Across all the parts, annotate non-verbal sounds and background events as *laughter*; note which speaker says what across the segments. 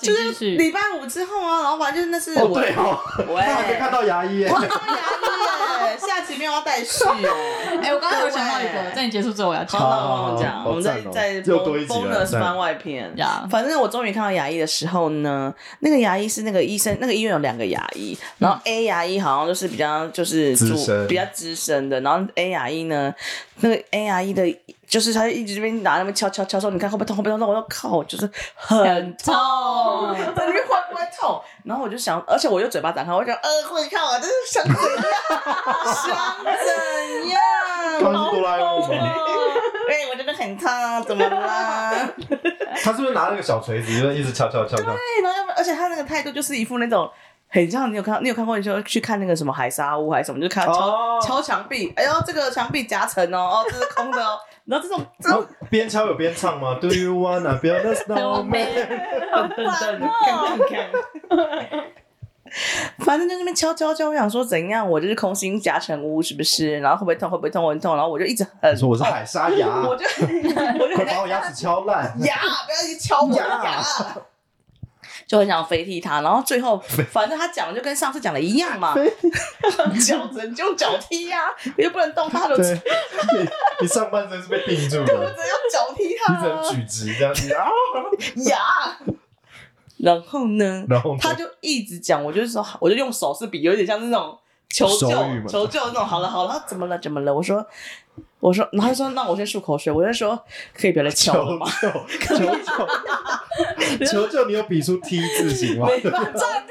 Speaker 1: 就
Speaker 2: 继
Speaker 1: 是
Speaker 2: 续
Speaker 1: 礼拜五之后啊，老板就是那是
Speaker 3: 哦，
Speaker 1: 我
Speaker 3: *laughs* 对哦，
Speaker 1: 哎
Speaker 3: 我还没看到牙医耶。
Speaker 1: 牙医耶，下期没有要带续哦。
Speaker 2: 哎、我刚才有想到一个，
Speaker 1: 对
Speaker 2: 在你结束之后我要讲
Speaker 1: 好。啊
Speaker 3: 好
Speaker 1: 了，我们
Speaker 3: 好
Speaker 1: 讲，
Speaker 3: 好
Speaker 1: 我们再
Speaker 3: 赞哦
Speaker 1: 再
Speaker 3: 又多一集了
Speaker 1: bonus
Speaker 3: 赞
Speaker 1: 番外篇。
Speaker 2: 呀
Speaker 1: 反正我终于看到牙医的时候呢，那个牙医是那个医生，那个医院有两个牙医，然后 A 牙医好像就是比较就是
Speaker 3: 资
Speaker 1: 主
Speaker 3: 深
Speaker 1: 比较资深的，然后 A 牙医呢，那个 A 牙医的，就是他一直这边拿那边敲敲敲说，你看会不会痛会不会痛？然后我说靠，就是很痛，在那边会不会痛？然后我就想，而且我又嘴巴张开，我就想呃会痛啊，这是想 *laughs* 怎样？想怎样？
Speaker 3: *laughs* 刚刚是哆啦 A 梦吗？
Speaker 1: *laughs* 哎、我真的很痛，怎么
Speaker 3: *laughs*
Speaker 1: 啦？
Speaker 3: 他是不是拿那个小锤子，就一直敲敲敲
Speaker 1: 对，
Speaker 3: 敲？
Speaker 1: 然后要不，而且他那个态度就是一副那种很像你有看到，你有看过你说去看那个什么海沙屋还是什么，就看他啊敲、
Speaker 3: 哦
Speaker 1: 敲墙壁，哎呦这个墙壁夹层哦，哦这是空的哦， *laughs* 然后这种这
Speaker 3: 然
Speaker 1: 种
Speaker 3: 后边敲有边唱吗？Do you wanna build
Speaker 4: *laughs*
Speaker 1: *laughs*
Speaker 3: a snowman？
Speaker 1: 烦哦。反正就那边敲敲敲，我想说怎样，我就是空心夹层屋是不是？然后会不会痛？会不会痛？会不会痛？然后我就一直很
Speaker 3: 说我是海沙牙，
Speaker 1: *laughs* 我就我就
Speaker 3: 啊 *laughs* 快把我牙齿敲烂！
Speaker 1: *laughs* 牙，不要去敲我的牙，就很想飞踢他。然后最后，反正他讲的就跟上次讲的一样嘛， *laughs* 脚只能用脚踢呀、又不能动他的，只
Speaker 3: 对， *laughs* 你你上半身是被定
Speaker 1: *laughs*
Speaker 3: 住的，
Speaker 1: 能用脚踢
Speaker 3: 你
Speaker 1: 他、啊
Speaker 3: 只能举直这样子啊。
Speaker 1: 牙。然后呢，
Speaker 3: 然后呢
Speaker 1: 他就一直讲，我就是说，我就用手势比，有点像是那种求救
Speaker 3: 手语嘛、
Speaker 1: 求救那种。好了好了，怎么了怎么了？我说。我说，然后他说，那我先漱口水。我就说，可以不要再敲了
Speaker 3: 求
Speaker 1: 吗？
Speaker 3: *laughs* 救！
Speaker 1: *laughs*
Speaker 3: 求
Speaker 1: 啊
Speaker 3: 救！求救！你有比出 T 字形吗？
Speaker 1: 没办法，
Speaker 4: 哦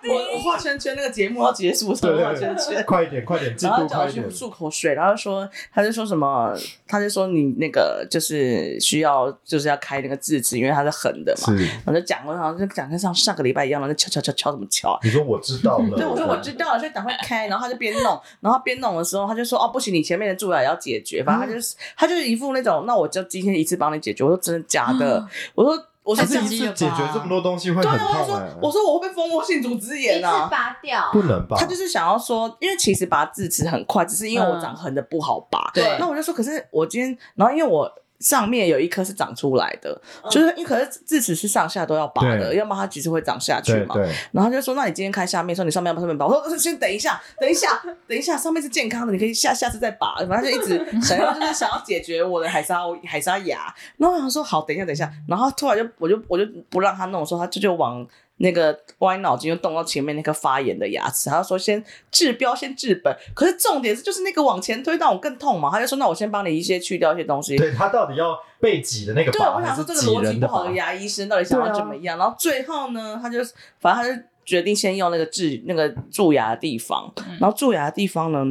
Speaker 2: 停
Speaker 1: 我我画圈圈那个节目要结束的时候画圈圈
Speaker 3: 啊
Speaker 1: *laughs*
Speaker 3: 对，。快一点，快点，进
Speaker 1: 然后
Speaker 3: 度
Speaker 1: 叫
Speaker 3: 快
Speaker 1: 我
Speaker 3: 一
Speaker 1: 去
Speaker 3: 点！
Speaker 1: 漱口水，然后说，他就说什么，他就说你那个就是需要就是要开那个智齿，因为它是横的嘛。
Speaker 3: 是，
Speaker 1: 然后就讲过，好像就讲跟上上个礼拜一样，然后就敲敲敲敲怎么敲啊？
Speaker 3: 你说我知道
Speaker 1: *laughs*
Speaker 3: 了。
Speaker 1: 对，我说我知道了，所以赶快开。然后他就边弄，然后边弄的时候，他就说哦不行，你前面的蛀牙也要解决。
Speaker 3: 嗯
Speaker 1: 反正他就是他就是一副那种，那我就今天一次帮你解决。我说真的假的？我说我说
Speaker 2: 太
Speaker 1: 这样
Speaker 2: 刺
Speaker 1: 子
Speaker 2: 激了吧
Speaker 3: 解决这么多东西会
Speaker 1: 对
Speaker 3: 很
Speaker 1: 啊，我
Speaker 3: 痛
Speaker 1: 说
Speaker 3: 哎，
Speaker 1: 我说我会被蜂窝性组织
Speaker 4: 一
Speaker 1: 炎
Speaker 4: 次
Speaker 1: 啊。
Speaker 4: 拔掉，
Speaker 3: 不能吧？
Speaker 1: 他就是想要说，因为其实拔智齿很快，只是因为我长横的不好拔。
Speaker 2: 对
Speaker 1: 那我就说，可是我今天，然后因为我上面有一颗是长出来的，就是因为可是智齿是上下都要拔的，
Speaker 3: 对
Speaker 1: 要不然它其实会长下去
Speaker 3: 对
Speaker 1: 嘛。
Speaker 3: 对，
Speaker 1: 然后他就说，那你今天开下面，说你上面要不上面拔？我说呃先等一下，等一下，等一下，上面是健康的，你可以下下次再拔。反正就一直想要就是想要解决我的海沙海沙牙。然后我想说好，等一下等一下，然后突然就我就我就不让他弄的时候，他就就往那个歪脑筋又动到前面那颗发炎的牙齿，他就说先治标先治本。可是重点是就是那个往前推让我更痛嘛，他就说那我先帮你一些去掉一些东西。
Speaker 3: 对他到底要被挤的那个
Speaker 1: 对，
Speaker 3: 拔，
Speaker 1: 我想
Speaker 3: 还
Speaker 1: 说
Speaker 3: 是
Speaker 1: 这个
Speaker 3: 挤
Speaker 1: 逻辑
Speaker 3: 人
Speaker 1: 不
Speaker 3: 的
Speaker 1: 好的
Speaker 3: 拔
Speaker 1: 牙医生到底想要
Speaker 3: 对啊
Speaker 1: 怎么样？然后最后呢，他就反正他就决定先用那个治那个蛀牙的地方，然后蛀牙的地方呢。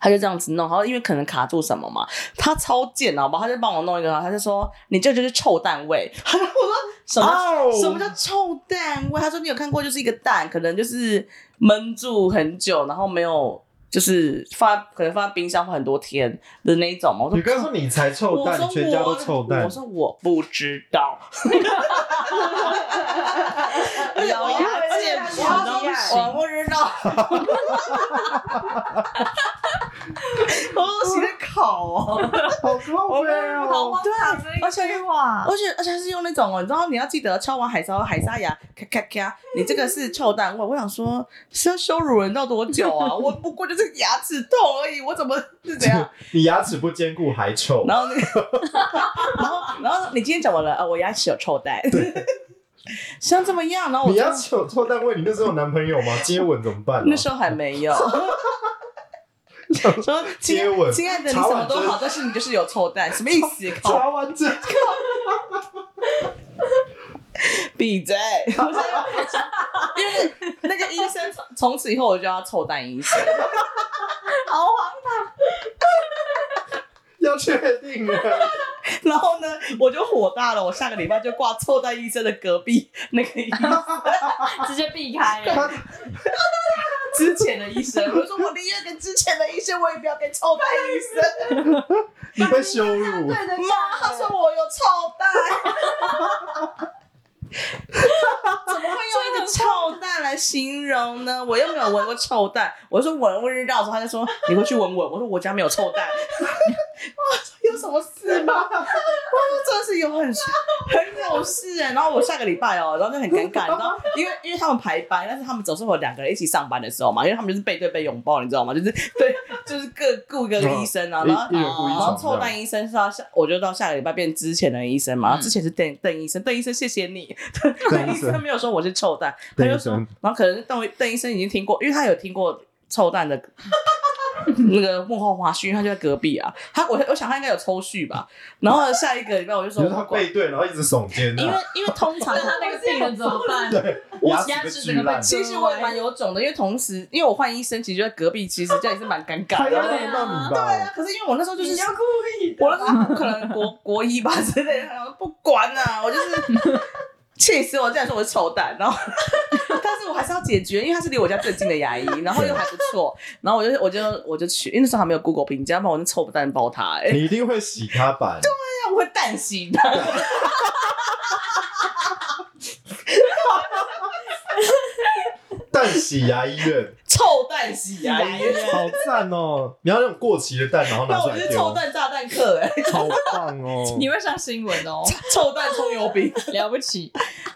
Speaker 1: 他就这样子弄，然后因为可能卡住什么嘛，他超贱好吧，他就帮我弄一个，然后他就说你这就是臭蛋味。 *laughs* 我说什么、
Speaker 3: 哦
Speaker 1: 什么叫臭蛋味？他说你有看过，就是一个蛋，可能就是闷住很久，然后没有就是放在可能放在冰箱放很多天的那一种嘛。我说
Speaker 3: 你刚说你才臭
Speaker 1: 我
Speaker 3: 蛋，
Speaker 1: 说
Speaker 3: 你全家都臭蛋
Speaker 1: 我。说我不知
Speaker 2: *laughs*
Speaker 1: 道。而且哎我牙健
Speaker 2: 有牙齿
Speaker 1: 不行，我不知
Speaker 2: *laughs*
Speaker 1: 道。我写的考哦，
Speaker 3: 好靠背哦！
Speaker 1: 对啊，而且
Speaker 2: 话
Speaker 1: 而且而且还是用那种哦，你知道你要记得敲完海沙海沙牙，咔咔咔，你这个是臭蛋味。我想说是要羞辱人到多久啊？ *laughs* 我不过就是牙齿痛而已，我怎么是怎样？
Speaker 3: 你牙齿不坚固还臭，
Speaker 1: 然后那个，然后然后你今天怎么了？啊，我牙齿有臭蛋。像这么样，然后我
Speaker 3: 你
Speaker 1: 就
Speaker 3: 牙齿有臭蛋味，你那时候有男朋友吗？接吻怎么办啊？
Speaker 1: 那时候还没有。说亲
Speaker 3: 接吻
Speaker 1: 亲爱的，你
Speaker 3: 查
Speaker 1: 什
Speaker 3: 完
Speaker 1: 么都
Speaker 3: 针
Speaker 1: 好，但是你就是有臭蛋，什么意思？靠，
Speaker 3: 查完针，
Speaker 1: 闭嘴！不是因为那个医生从此以后我就叫他臭蛋医生。
Speaker 4: 好黄
Speaker 3: 要确定啊！
Speaker 1: 然后呢，我就火大了，我下个礼拜就挂臭蛋医生的隔壁那个 *laughs* 医生
Speaker 4: 直接避开了。
Speaker 3: 他
Speaker 1: 之前的医生，我就说我宁愿跟之前的医生，我也不要跟臭蛋医生。
Speaker 3: 你被羞辱，
Speaker 4: 对的，
Speaker 1: 妈，他说我有臭 *laughs* 蛋，怎么会用一个臭蛋来形容呢？我又没有闻过臭蛋，我就说闻味绕的时候，他就说你会去闻闻。我说我家没有臭蛋，哇，有什么事吗？哇，真的是有很很有事哎、然后我下个礼拜哦、然后就很尴尬，你知道，因为因为他们排班，但是他们总是会有两个人一起上班的时候嘛，因为他们就是背对背拥抱，你知道吗？就是对，就是各雇一个医生啊，然后
Speaker 3: 一一人故
Speaker 1: 然
Speaker 3: 一
Speaker 1: 后
Speaker 3: 场这
Speaker 1: 臭
Speaker 3: 样，
Speaker 1: 蛋医生是要下，我就到下个礼拜变之前的医生嘛。然后之前是邓邓医生，邓医生谢谢 *laughs* 你，嗯邓医生没有说我是臭蛋，他
Speaker 3: 邓
Speaker 1: 就
Speaker 3: 医
Speaker 1: 说
Speaker 3: 生，
Speaker 1: 然后可能邓邓医生已经听过，因为他有听过臭蛋的 *laughs* 那个幕后花絮，因为他就在隔壁啊。他我我想他应该有抽蓄吧。然后下一个礼拜我就说
Speaker 3: 你
Speaker 1: 我
Speaker 3: 说他
Speaker 1: 不管，
Speaker 3: 背对，然后一直耸肩
Speaker 1: 因为
Speaker 3: 的，
Speaker 1: 因为通常
Speaker 4: 那他那个病人怎么办？
Speaker 3: 对，
Speaker 4: 我
Speaker 3: 牙
Speaker 4: 牙
Speaker 3: 齿
Speaker 4: 齿整
Speaker 3: 被锯
Speaker 4: 个
Speaker 3: 烂
Speaker 4: 被。
Speaker 1: *laughs* 其实我也蛮有种的，因为同时因为我换医生，其实就在隔壁，其实这样也是蛮尴尬
Speaker 3: 他要
Speaker 1: 的。
Speaker 3: 弄到你
Speaker 1: 对啊
Speaker 3: 吧？，
Speaker 1: 可是因为我那时候就是
Speaker 4: 你要故意的。
Speaker 1: 我那时候可能国国一吧之类的，然后不管了、我就是 *laughs* 气死我！竟然说我是丑蛋，然后 *laughs* 但是我还是要解决，因为他是离我家最近的牙医，然后又还不错，然后我就我就我就去，因为那时候还没有 Google 评价，要不然我就臭蛋包他、欸，哎，
Speaker 3: 你一定会洗他板，
Speaker 1: *laughs* 那我会蛋洗他。
Speaker 3: 蛋洗牙医院，
Speaker 1: *laughs* 臭蛋洗牙医，
Speaker 3: 好赞哦！你要用过期的蛋，然后
Speaker 1: *laughs*
Speaker 3: 拿
Speaker 1: 那
Speaker 3: 出
Speaker 1: 我
Speaker 3: 来
Speaker 1: 就是
Speaker 3: 丢，
Speaker 1: 臭蛋炸弹客、欸，哎，
Speaker 3: 好棒
Speaker 1: *laughs*
Speaker 3: 哦！
Speaker 4: 你会上新闻哦，
Speaker 1: 臭蛋葱油饼。
Speaker 4: 了不
Speaker 1: *laughs*
Speaker 4: 起！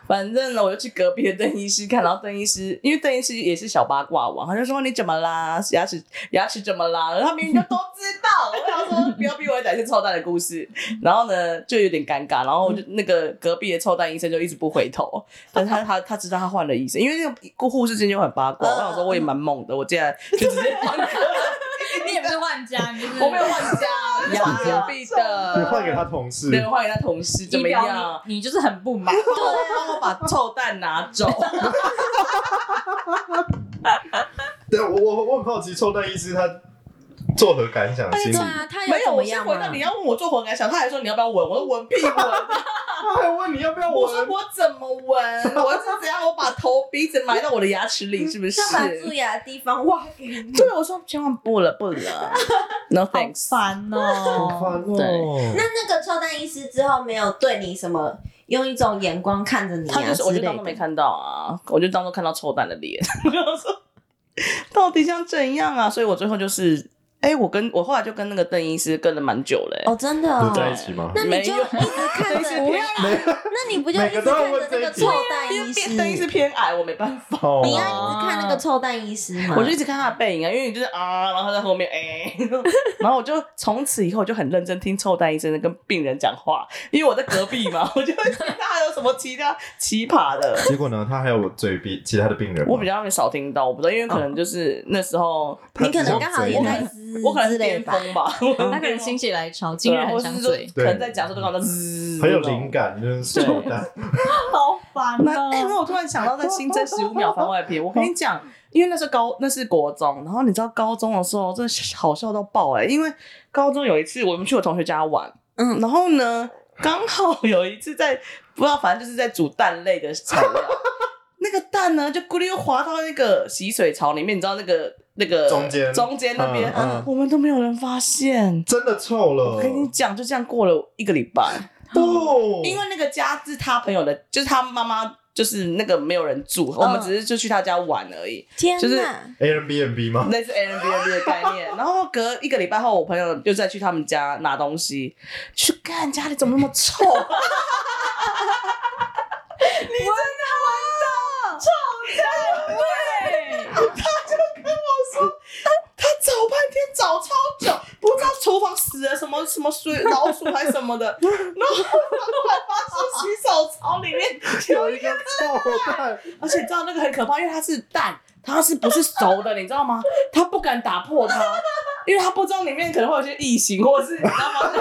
Speaker 1: 反正呢，我就去隔壁的邓医师看，然后邓医师，因为邓医师也是小八卦王，他就说你怎么啦？牙齿牙齿怎么啦？然后他明明就都知道，我想说不要逼我讲一些臭蛋的故事。然后呢，就有点尴尬，然后就那个隔壁的臭蛋医生就一直不回头， *laughs* 但是他他他知道他换了医生，因为那个顾护士之间就很八卦，我想说我也蛮猛的，我竟然就直接换， *laughs*
Speaker 4: 你也不是万家，你就是
Speaker 1: 我没有换家，我是换隔壁
Speaker 3: 你
Speaker 1: 的。
Speaker 3: 换给他同事，
Speaker 1: 对，换给他同事怎
Speaker 4: 你
Speaker 1: 么
Speaker 4: 表
Speaker 1: 样？
Speaker 4: 你你就是很不满。
Speaker 1: 帮我把臭蛋拿走。
Speaker 3: 对我我我很好奇，臭蛋医师他作何感想？心里
Speaker 2: 对啊，他
Speaker 1: 没
Speaker 2: 怎
Speaker 1: 有，
Speaker 2: 么
Speaker 1: 我先
Speaker 2: 样
Speaker 1: 回到
Speaker 2: 吗
Speaker 1: 你？要问我做活感想，他还说你要不要闻，我说闻屁闻，
Speaker 3: 他还问你要不要
Speaker 1: *laughs* 我说
Speaker 3: 闻，
Speaker 1: 我怎么闻，我是怎样，我把头鼻子埋到我的牙齿里，是不是？
Speaker 2: 他把蛀牙的地方挖给你。
Speaker 1: 对，我说千万不了不 *laughs* 了，no thanks。
Speaker 4: 烦
Speaker 3: 好
Speaker 4: 哦！
Speaker 3: 烦哦
Speaker 2: 那。那个臭蛋医师之后没有对你什么用一种眼光看着你
Speaker 1: 他
Speaker 2: 啊
Speaker 1: 就是，
Speaker 2: 之
Speaker 1: 我就
Speaker 2: 类
Speaker 1: 当做没
Speaker 2: 的？
Speaker 1: 看到啊，我就当做看到臭蛋的脸， *laughs* 我说到底想怎样啊？所以我最后就是，哎、我跟我后来就跟那个邓医师跟了蛮久嘞、
Speaker 2: 哦，真的
Speaker 3: 有
Speaker 2: 哦。
Speaker 3: 在一起吗？
Speaker 2: 那你就
Speaker 1: 没有
Speaker 2: 一直看着，不要那你不就一
Speaker 3: 每
Speaker 2: 直
Speaker 3: 个
Speaker 2: 看
Speaker 3: 都要
Speaker 2: 着
Speaker 3: 问
Speaker 2: 那
Speaker 3: 这
Speaker 2: 个
Speaker 3: 一题
Speaker 2: 臭蛋
Speaker 1: 因为
Speaker 2: 医师？
Speaker 1: 邓医师偏矮，我没办法。
Speaker 3: 好
Speaker 2: 你要一直看那个臭蛋医师吗？
Speaker 1: 我就一直看他的背影啊，因为你就是啊，然后他在后面哎、 *laughs* 然后我就从此以后就很认真听臭蛋医生跟病人讲话，因为我在隔壁嘛， *laughs* 我就会听他有什么其他奇葩的。
Speaker 3: 结果呢？他还有嘴比其他的病人吗，
Speaker 1: 我比较少听到，我不知道，因为可能就是那时候，
Speaker 3: 他
Speaker 2: 你可能刚好也在
Speaker 3: 他
Speaker 2: 滋
Speaker 1: 我可能
Speaker 2: 之
Speaker 1: 是
Speaker 2: 类
Speaker 1: 巅
Speaker 2: 的吧。*laughs*
Speaker 1: 峰吧，
Speaker 4: 他可能心血来潮，今日
Speaker 1: 嗯对啊
Speaker 4: 很
Speaker 1: 或者
Speaker 4: 想
Speaker 1: 是说 *laughs*
Speaker 4: 嘴，
Speaker 1: 可能在讲说都搞到滋，
Speaker 3: 很有灵。感，就是臭蛋。
Speaker 4: 好烦
Speaker 1: 那
Speaker 2: 哦
Speaker 1: 哎、 *laughs* 那我突然想到，在新增十五秒番外篇，我跟你讲，因为那是高，那是国中，然后你知道高中的时候，真的是好笑到爆哎、因为高中有一次我们去我同学家玩，嗯，然后呢，刚好有一次在不知道，反正就是在煮蛋类的材料，那个蛋呢就咕溜滑到那个洗水槽里面，你知道那个那个
Speaker 3: 中间
Speaker 1: 中间那边，啊
Speaker 3: 嗯呃嗯
Speaker 1: 我们都没有人发现。
Speaker 3: 真的臭了
Speaker 1: 我跟你讲，就这样过了一个礼拜。
Speaker 3: 哦，
Speaker 1: 因为那个家是他朋友的，就是他妈妈，就是那个没有人住，我们只是就去他家玩而已，
Speaker 2: 天
Speaker 1: 就是
Speaker 2: 哪！
Speaker 3: Airbnb 吗？
Speaker 1: 类似 Airbnb 的概 *laughs* 念。然后隔一个礼拜后，我朋友又再去他们家拿东西，去看家里怎么那么 *laughs* 臭、啊。他找半天找超久，不知道厨房死了什么什么水老鼠还是什么的，然后 *laughs* 他突然发现洗手槽 *laughs* 里面
Speaker 3: 有一个臭蛋，
Speaker 1: 而且你知道那个很可怕，因为它是蛋，它是不是熟的，你知道吗？他不敢打破它，因为他不知道里面可能会有些异形，或者是你知道吗？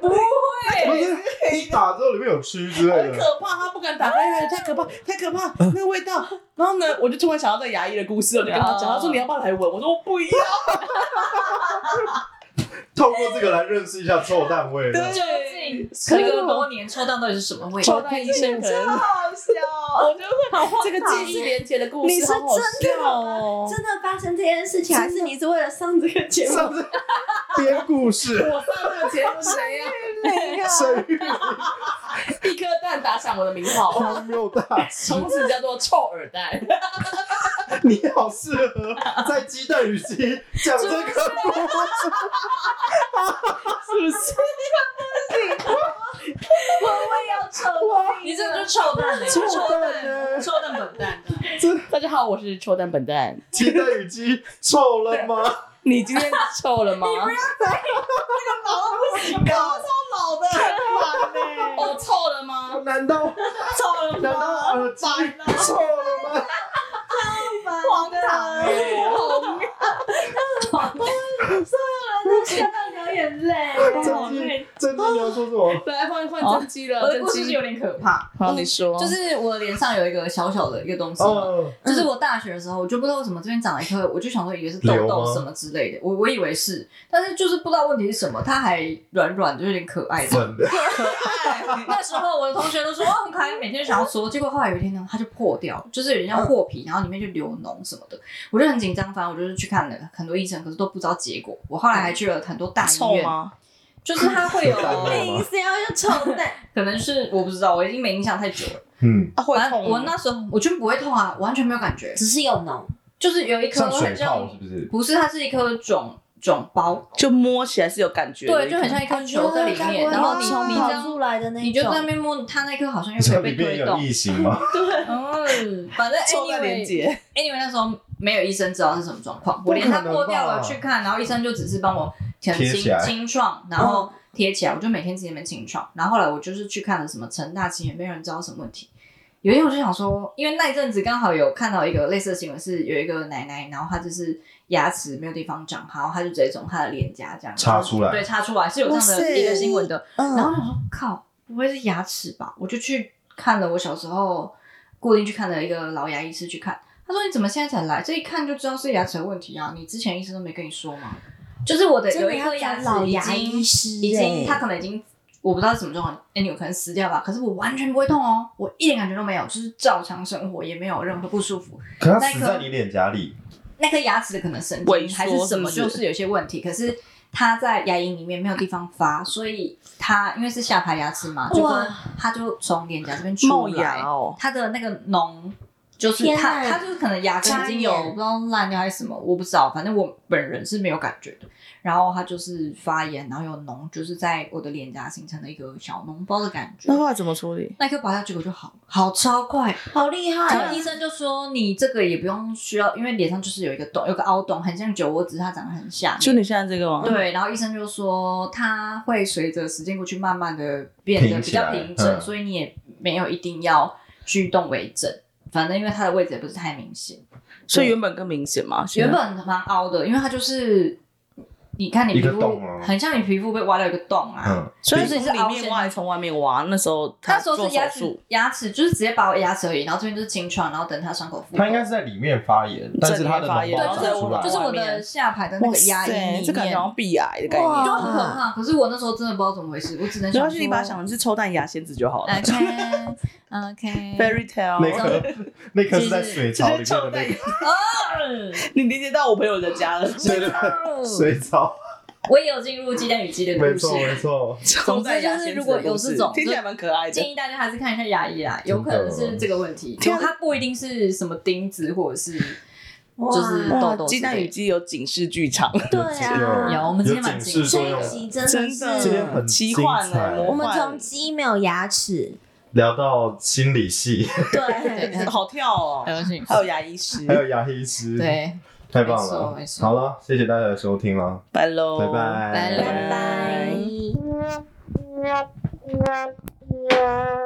Speaker 4: 不
Speaker 3: 不
Speaker 4: 会，
Speaker 3: 是一打之后里面有蛆之类
Speaker 1: 哎很
Speaker 3: 的，
Speaker 1: 可怕，他不敢打开，因为太可怕，太可怕，那个味道。然后呢，我就突然想到这个牙医的故事，我就跟他讲，他说你要不要来闻？我说我不要。
Speaker 3: 透过这个来认识一下臭蛋味。
Speaker 1: 对
Speaker 4: 究竟时隔多年，抽到到底是什么味
Speaker 1: 臭
Speaker 4: 道？
Speaker 1: 蛋医生可能
Speaker 4: 好笑，我就会好
Speaker 1: 这个记忆连接的故事，
Speaker 2: 你是
Speaker 1: 好好
Speaker 2: 真的
Speaker 1: 笑
Speaker 5: *laughs*
Speaker 1: 哦。
Speaker 2: 真的发生这件事情，还是你是为了上这个节目？
Speaker 3: 上次编故事，
Speaker 1: 啊我上这个节目谁呀？
Speaker 3: 生育
Speaker 1: 一颗蛋打
Speaker 6: 上我的名号，
Speaker 3: 荒谬大
Speaker 1: *laughs*
Speaker 3: 师，
Speaker 6: 从此叫做臭耳蛋。
Speaker 3: 你好适合在鸡蛋与鸡讲这个故事，
Speaker 4: 我也要臭屁，
Speaker 6: 你这个就是臭蛋哎、
Speaker 3: 臭蛋呢？
Speaker 4: 臭蛋本蛋，
Speaker 2: 啊
Speaker 6: 大家好，我是臭蛋本蛋。
Speaker 3: 鸡蛋与鸡臭了吗？
Speaker 1: 你今天
Speaker 6: 臭了吗？
Speaker 1: 高超老的，
Speaker 6: 哦，臭了吗？
Speaker 3: 难道
Speaker 4: 臭了
Speaker 3: 难道耳机臭了吗？
Speaker 4: 荒唐哎！
Speaker 2: 欸看到流眼泪，
Speaker 1: *laughs*
Speaker 3: 真金真金你要说什么？
Speaker 6: 来换换真机
Speaker 2: 哦
Speaker 6: 了，
Speaker 4: 我的
Speaker 6: 真
Speaker 4: 故事是
Speaker 6: 机
Speaker 4: 有。点可怕，
Speaker 6: 好，你说。
Speaker 2: 就是我脸上有一个小小的一个东西嘛，
Speaker 3: 哦，
Speaker 2: 就是我大学的时候，我就不知道为什么这边长了一颗，我就想说以为是痘
Speaker 3: 瘤
Speaker 2: 痘
Speaker 3: 吗
Speaker 2: 什么之类的，我我以为是，但是就是不知道问题是什么，它还软软的，有点可爱的。
Speaker 3: 真的，
Speaker 2: *laughs* 那时候我的同学都说哦很可爱，每天想要说，结果后来有一天呢，它就破掉，就是有点像破皮，然后里面就流脓什么的，我就很紧张，反正我就是去看了很多医生，可是都不知道结果。我后来还去了很多大医 *laughs*
Speaker 1: 臭
Speaker 2: 院，
Speaker 1: 吗？
Speaker 2: 就是它会有，
Speaker 3: 有吗
Speaker 2: 是要用臭
Speaker 1: *laughs*
Speaker 2: 蛋，可能是我不知道，我已经没印象太久了。
Speaker 3: 嗯，
Speaker 1: 啊，会
Speaker 2: 反正
Speaker 1: 痛
Speaker 2: 我
Speaker 1: 吗？
Speaker 2: 那时候我就不会痛啊，完全没有感觉，
Speaker 5: 只是有脓，
Speaker 2: 就是有一颗
Speaker 7: 像水
Speaker 2: 很
Speaker 7: 泡
Speaker 2: 像
Speaker 7: 是不是？
Speaker 2: 不是，它是一颗肿肿包，
Speaker 1: 就摸起来是有感觉的，
Speaker 2: 对，就很像一颗球在里面，
Speaker 5: 哦
Speaker 2: 然后你
Speaker 1: 该不会
Speaker 2: 你这
Speaker 1: 是
Speaker 5: 跑
Speaker 2: 样，
Speaker 5: 出来的那
Speaker 2: 你
Speaker 5: 一
Speaker 2: 就
Speaker 5: 种
Speaker 2: 在。那边摸它那颗，好像又
Speaker 7: 你说
Speaker 2: 可以
Speaker 7: 里
Speaker 2: 被
Speaker 7: 面
Speaker 2: 推
Speaker 7: 有
Speaker 2: 动。
Speaker 7: 异形吗？
Speaker 2: 嗯，反正
Speaker 1: 臭蛋连
Speaker 2: anyway
Speaker 1: 接，
Speaker 2: anyway 那时候没有医生知道是什么状况，
Speaker 3: 不
Speaker 2: 我
Speaker 3: 可能
Speaker 2: 连
Speaker 3: 吧
Speaker 2: 它破掉了去看，然后医生就只是帮我填
Speaker 7: 贴起
Speaker 2: 清
Speaker 7: 来
Speaker 2: 清创，然后贴起来，我就每天自己在那边清创。然后后来我就是去看了什么成大清也没有人知道什么问题。有一天我就想说，因为那一阵子刚好有看到一个类似的新闻，是有一个奶奶，然后她就是牙齿没有地方长，然后她就直接从她的脸颊这样
Speaker 7: 插出来
Speaker 2: 对，插出来是有这样
Speaker 1: 哇塞
Speaker 2: 的一个新闻的。然
Speaker 1: 嗯，
Speaker 2: 后我想说，靠，不会是牙齿吧？我就去看了我小时候固定去看的一个老牙医师去看，他说你怎么现在才来？这一看就知道是牙齿的问题啊！你之前医生都没跟你说吗？就是我的有一颗牙齿
Speaker 5: 老
Speaker 2: 已
Speaker 5: 牙
Speaker 2: 经
Speaker 5: 医师、欸，
Speaker 2: 已经，他可能已经我不知道是什么状况，哎、你有可能死掉吧？可是我完全不会痛哦，我一点感觉都没有，就是照常生活，也没有任何不舒服。
Speaker 7: 可它死在你脸颊里，
Speaker 2: 那颗牙齿的可能神
Speaker 1: 萎
Speaker 2: 经
Speaker 1: 缩
Speaker 2: 还是什么，
Speaker 1: 是不
Speaker 2: 就是是有些问题。可是它在牙龈里面没有地方发，所以它因为是下排牙齿嘛，就跟它就从脸颊这边出
Speaker 1: 冒
Speaker 2: 来
Speaker 1: 牙，哦，啊
Speaker 2: 它的那个脓就是
Speaker 5: 天
Speaker 2: 它
Speaker 5: 哪
Speaker 2: 它就是可能牙根已经有
Speaker 5: 扎眼
Speaker 2: 不知道烂掉还是什么，我不知道，反正我本人是没有感觉的。然后它就是发炎，然后有脓，就是在我的脸颊形成了一个小脓包的感觉
Speaker 1: 那。后来怎么处理？
Speaker 2: 那一颗拔掉，结果就好，好超快，
Speaker 5: 好厉
Speaker 2: 然
Speaker 5: 害
Speaker 2: 后医生就说你这个也不用需要，因为脸上就是有一个洞，有个凹洞，很像酒窝，只是它长得很下
Speaker 1: 就
Speaker 2: 面。
Speaker 1: 你现在这个吗？，
Speaker 2: 对，然后医生就说它会随着时间过去慢慢的变得
Speaker 7: 平
Speaker 2: 比
Speaker 7: 起来
Speaker 2: 较平整，
Speaker 7: 嗯
Speaker 2: 所以你也没有一定要去动微整。反正因为它的位置也不是太明显，
Speaker 1: 所以原本更明显嘛，
Speaker 7: 啊
Speaker 2: 原本蛮凹的，因为它就是你看你
Speaker 7: 一
Speaker 2: 皮
Speaker 7: 个
Speaker 2: 肤
Speaker 7: 洞啊
Speaker 2: 很像你皮肤被挖掉一个洞啊，
Speaker 7: 嗯，
Speaker 1: 所以
Speaker 2: 就是是是
Speaker 1: 从里
Speaker 2: 凹陷
Speaker 1: 面挖，还是从外面挖。那时候他
Speaker 2: 那时
Speaker 1: 做
Speaker 2: 候
Speaker 1: 手
Speaker 2: 是牙
Speaker 1: 术
Speaker 2: 齿，牙齿就是直接把我牙齿而已，然后这边就是清创，然后等它伤口复
Speaker 7: 它
Speaker 2: 合
Speaker 7: 应。该是在里面发炎，但是它的脓
Speaker 2: 对，
Speaker 7: 包
Speaker 2: 就
Speaker 7: 长出来，
Speaker 2: 是就是我
Speaker 1: 外面
Speaker 2: 的下排的那个压龈
Speaker 1: 哇塞
Speaker 2: 里
Speaker 1: 这感
Speaker 2: 面
Speaker 1: 觉好像鼻癌的概
Speaker 5: 哇
Speaker 1: 念。
Speaker 2: 就很可怕。可是我那时候真的不知道怎么回事，我只能
Speaker 1: 没
Speaker 2: 想
Speaker 1: 关
Speaker 2: 说
Speaker 1: 系，你把它想成是抽蛋牙仙子就好了。
Speaker 2: OK
Speaker 1: *laughs*
Speaker 2: OK，
Speaker 1: Fairy tale，
Speaker 7: 那颗那颗是在水槽里面的那
Speaker 1: 就是
Speaker 7: 个，
Speaker 1: 你连接到我朋友的家了，
Speaker 7: 对对对，水槽，
Speaker 2: 我也有进入鸡蛋与鸡的
Speaker 3: 没
Speaker 2: 故
Speaker 3: 错没
Speaker 2: 事。
Speaker 3: 错，
Speaker 1: 抽蛋牙仙子的
Speaker 2: 如果有
Speaker 1: 故事
Speaker 2: 这种
Speaker 1: 听起来蛮可爱的。
Speaker 2: 建议大家还是看一下牙医啦，有可能是这个问题，
Speaker 1: 真
Speaker 2: 就
Speaker 1: 的
Speaker 2: 它不一定是什么钉子或者是就是
Speaker 5: 嗯
Speaker 1: 哇
Speaker 2: 痘，痘之
Speaker 1: 鸡蛋与
Speaker 2: 类的。
Speaker 1: 鸡有警示剧场，
Speaker 5: 对
Speaker 7: 有
Speaker 5: 啊，
Speaker 2: 有，我们今天蛮
Speaker 7: 警示
Speaker 2: 惊
Speaker 7: 作
Speaker 5: 这
Speaker 7: 用的。
Speaker 5: 一集真的
Speaker 1: 真的
Speaker 5: 是，
Speaker 7: 今天很
Speaker 1: 奇幻
Speaker 7: 精彩
Speaker 1: 哎，
Speaker 5: 我
Speaker 1: 魔
Speaker 5: 们
Speaker 1: 幻
Speaker 5: 从鸡没有牙齿，
Speaker 7: 聊到心理系，
Speaker 5: 对，
Speaker 2: 对，
Speaker 1: 好跳哦，
Speaker 2: 有兴
Speaker 1: 还有牙医师，
Speaker 7: 还有牙医师，，
Speaker 2: 对，
Speaker 7: 太棒
Speaker 2: 没错没
Speaker 7: 了。
Speaker 2: 错
Speaker 7: 好了，谢谢大家的收听了，
Speaker 1: 拜喽，
Speaker 7: 拜
Speaker 2: 拜
Speaker 5: 拜拜。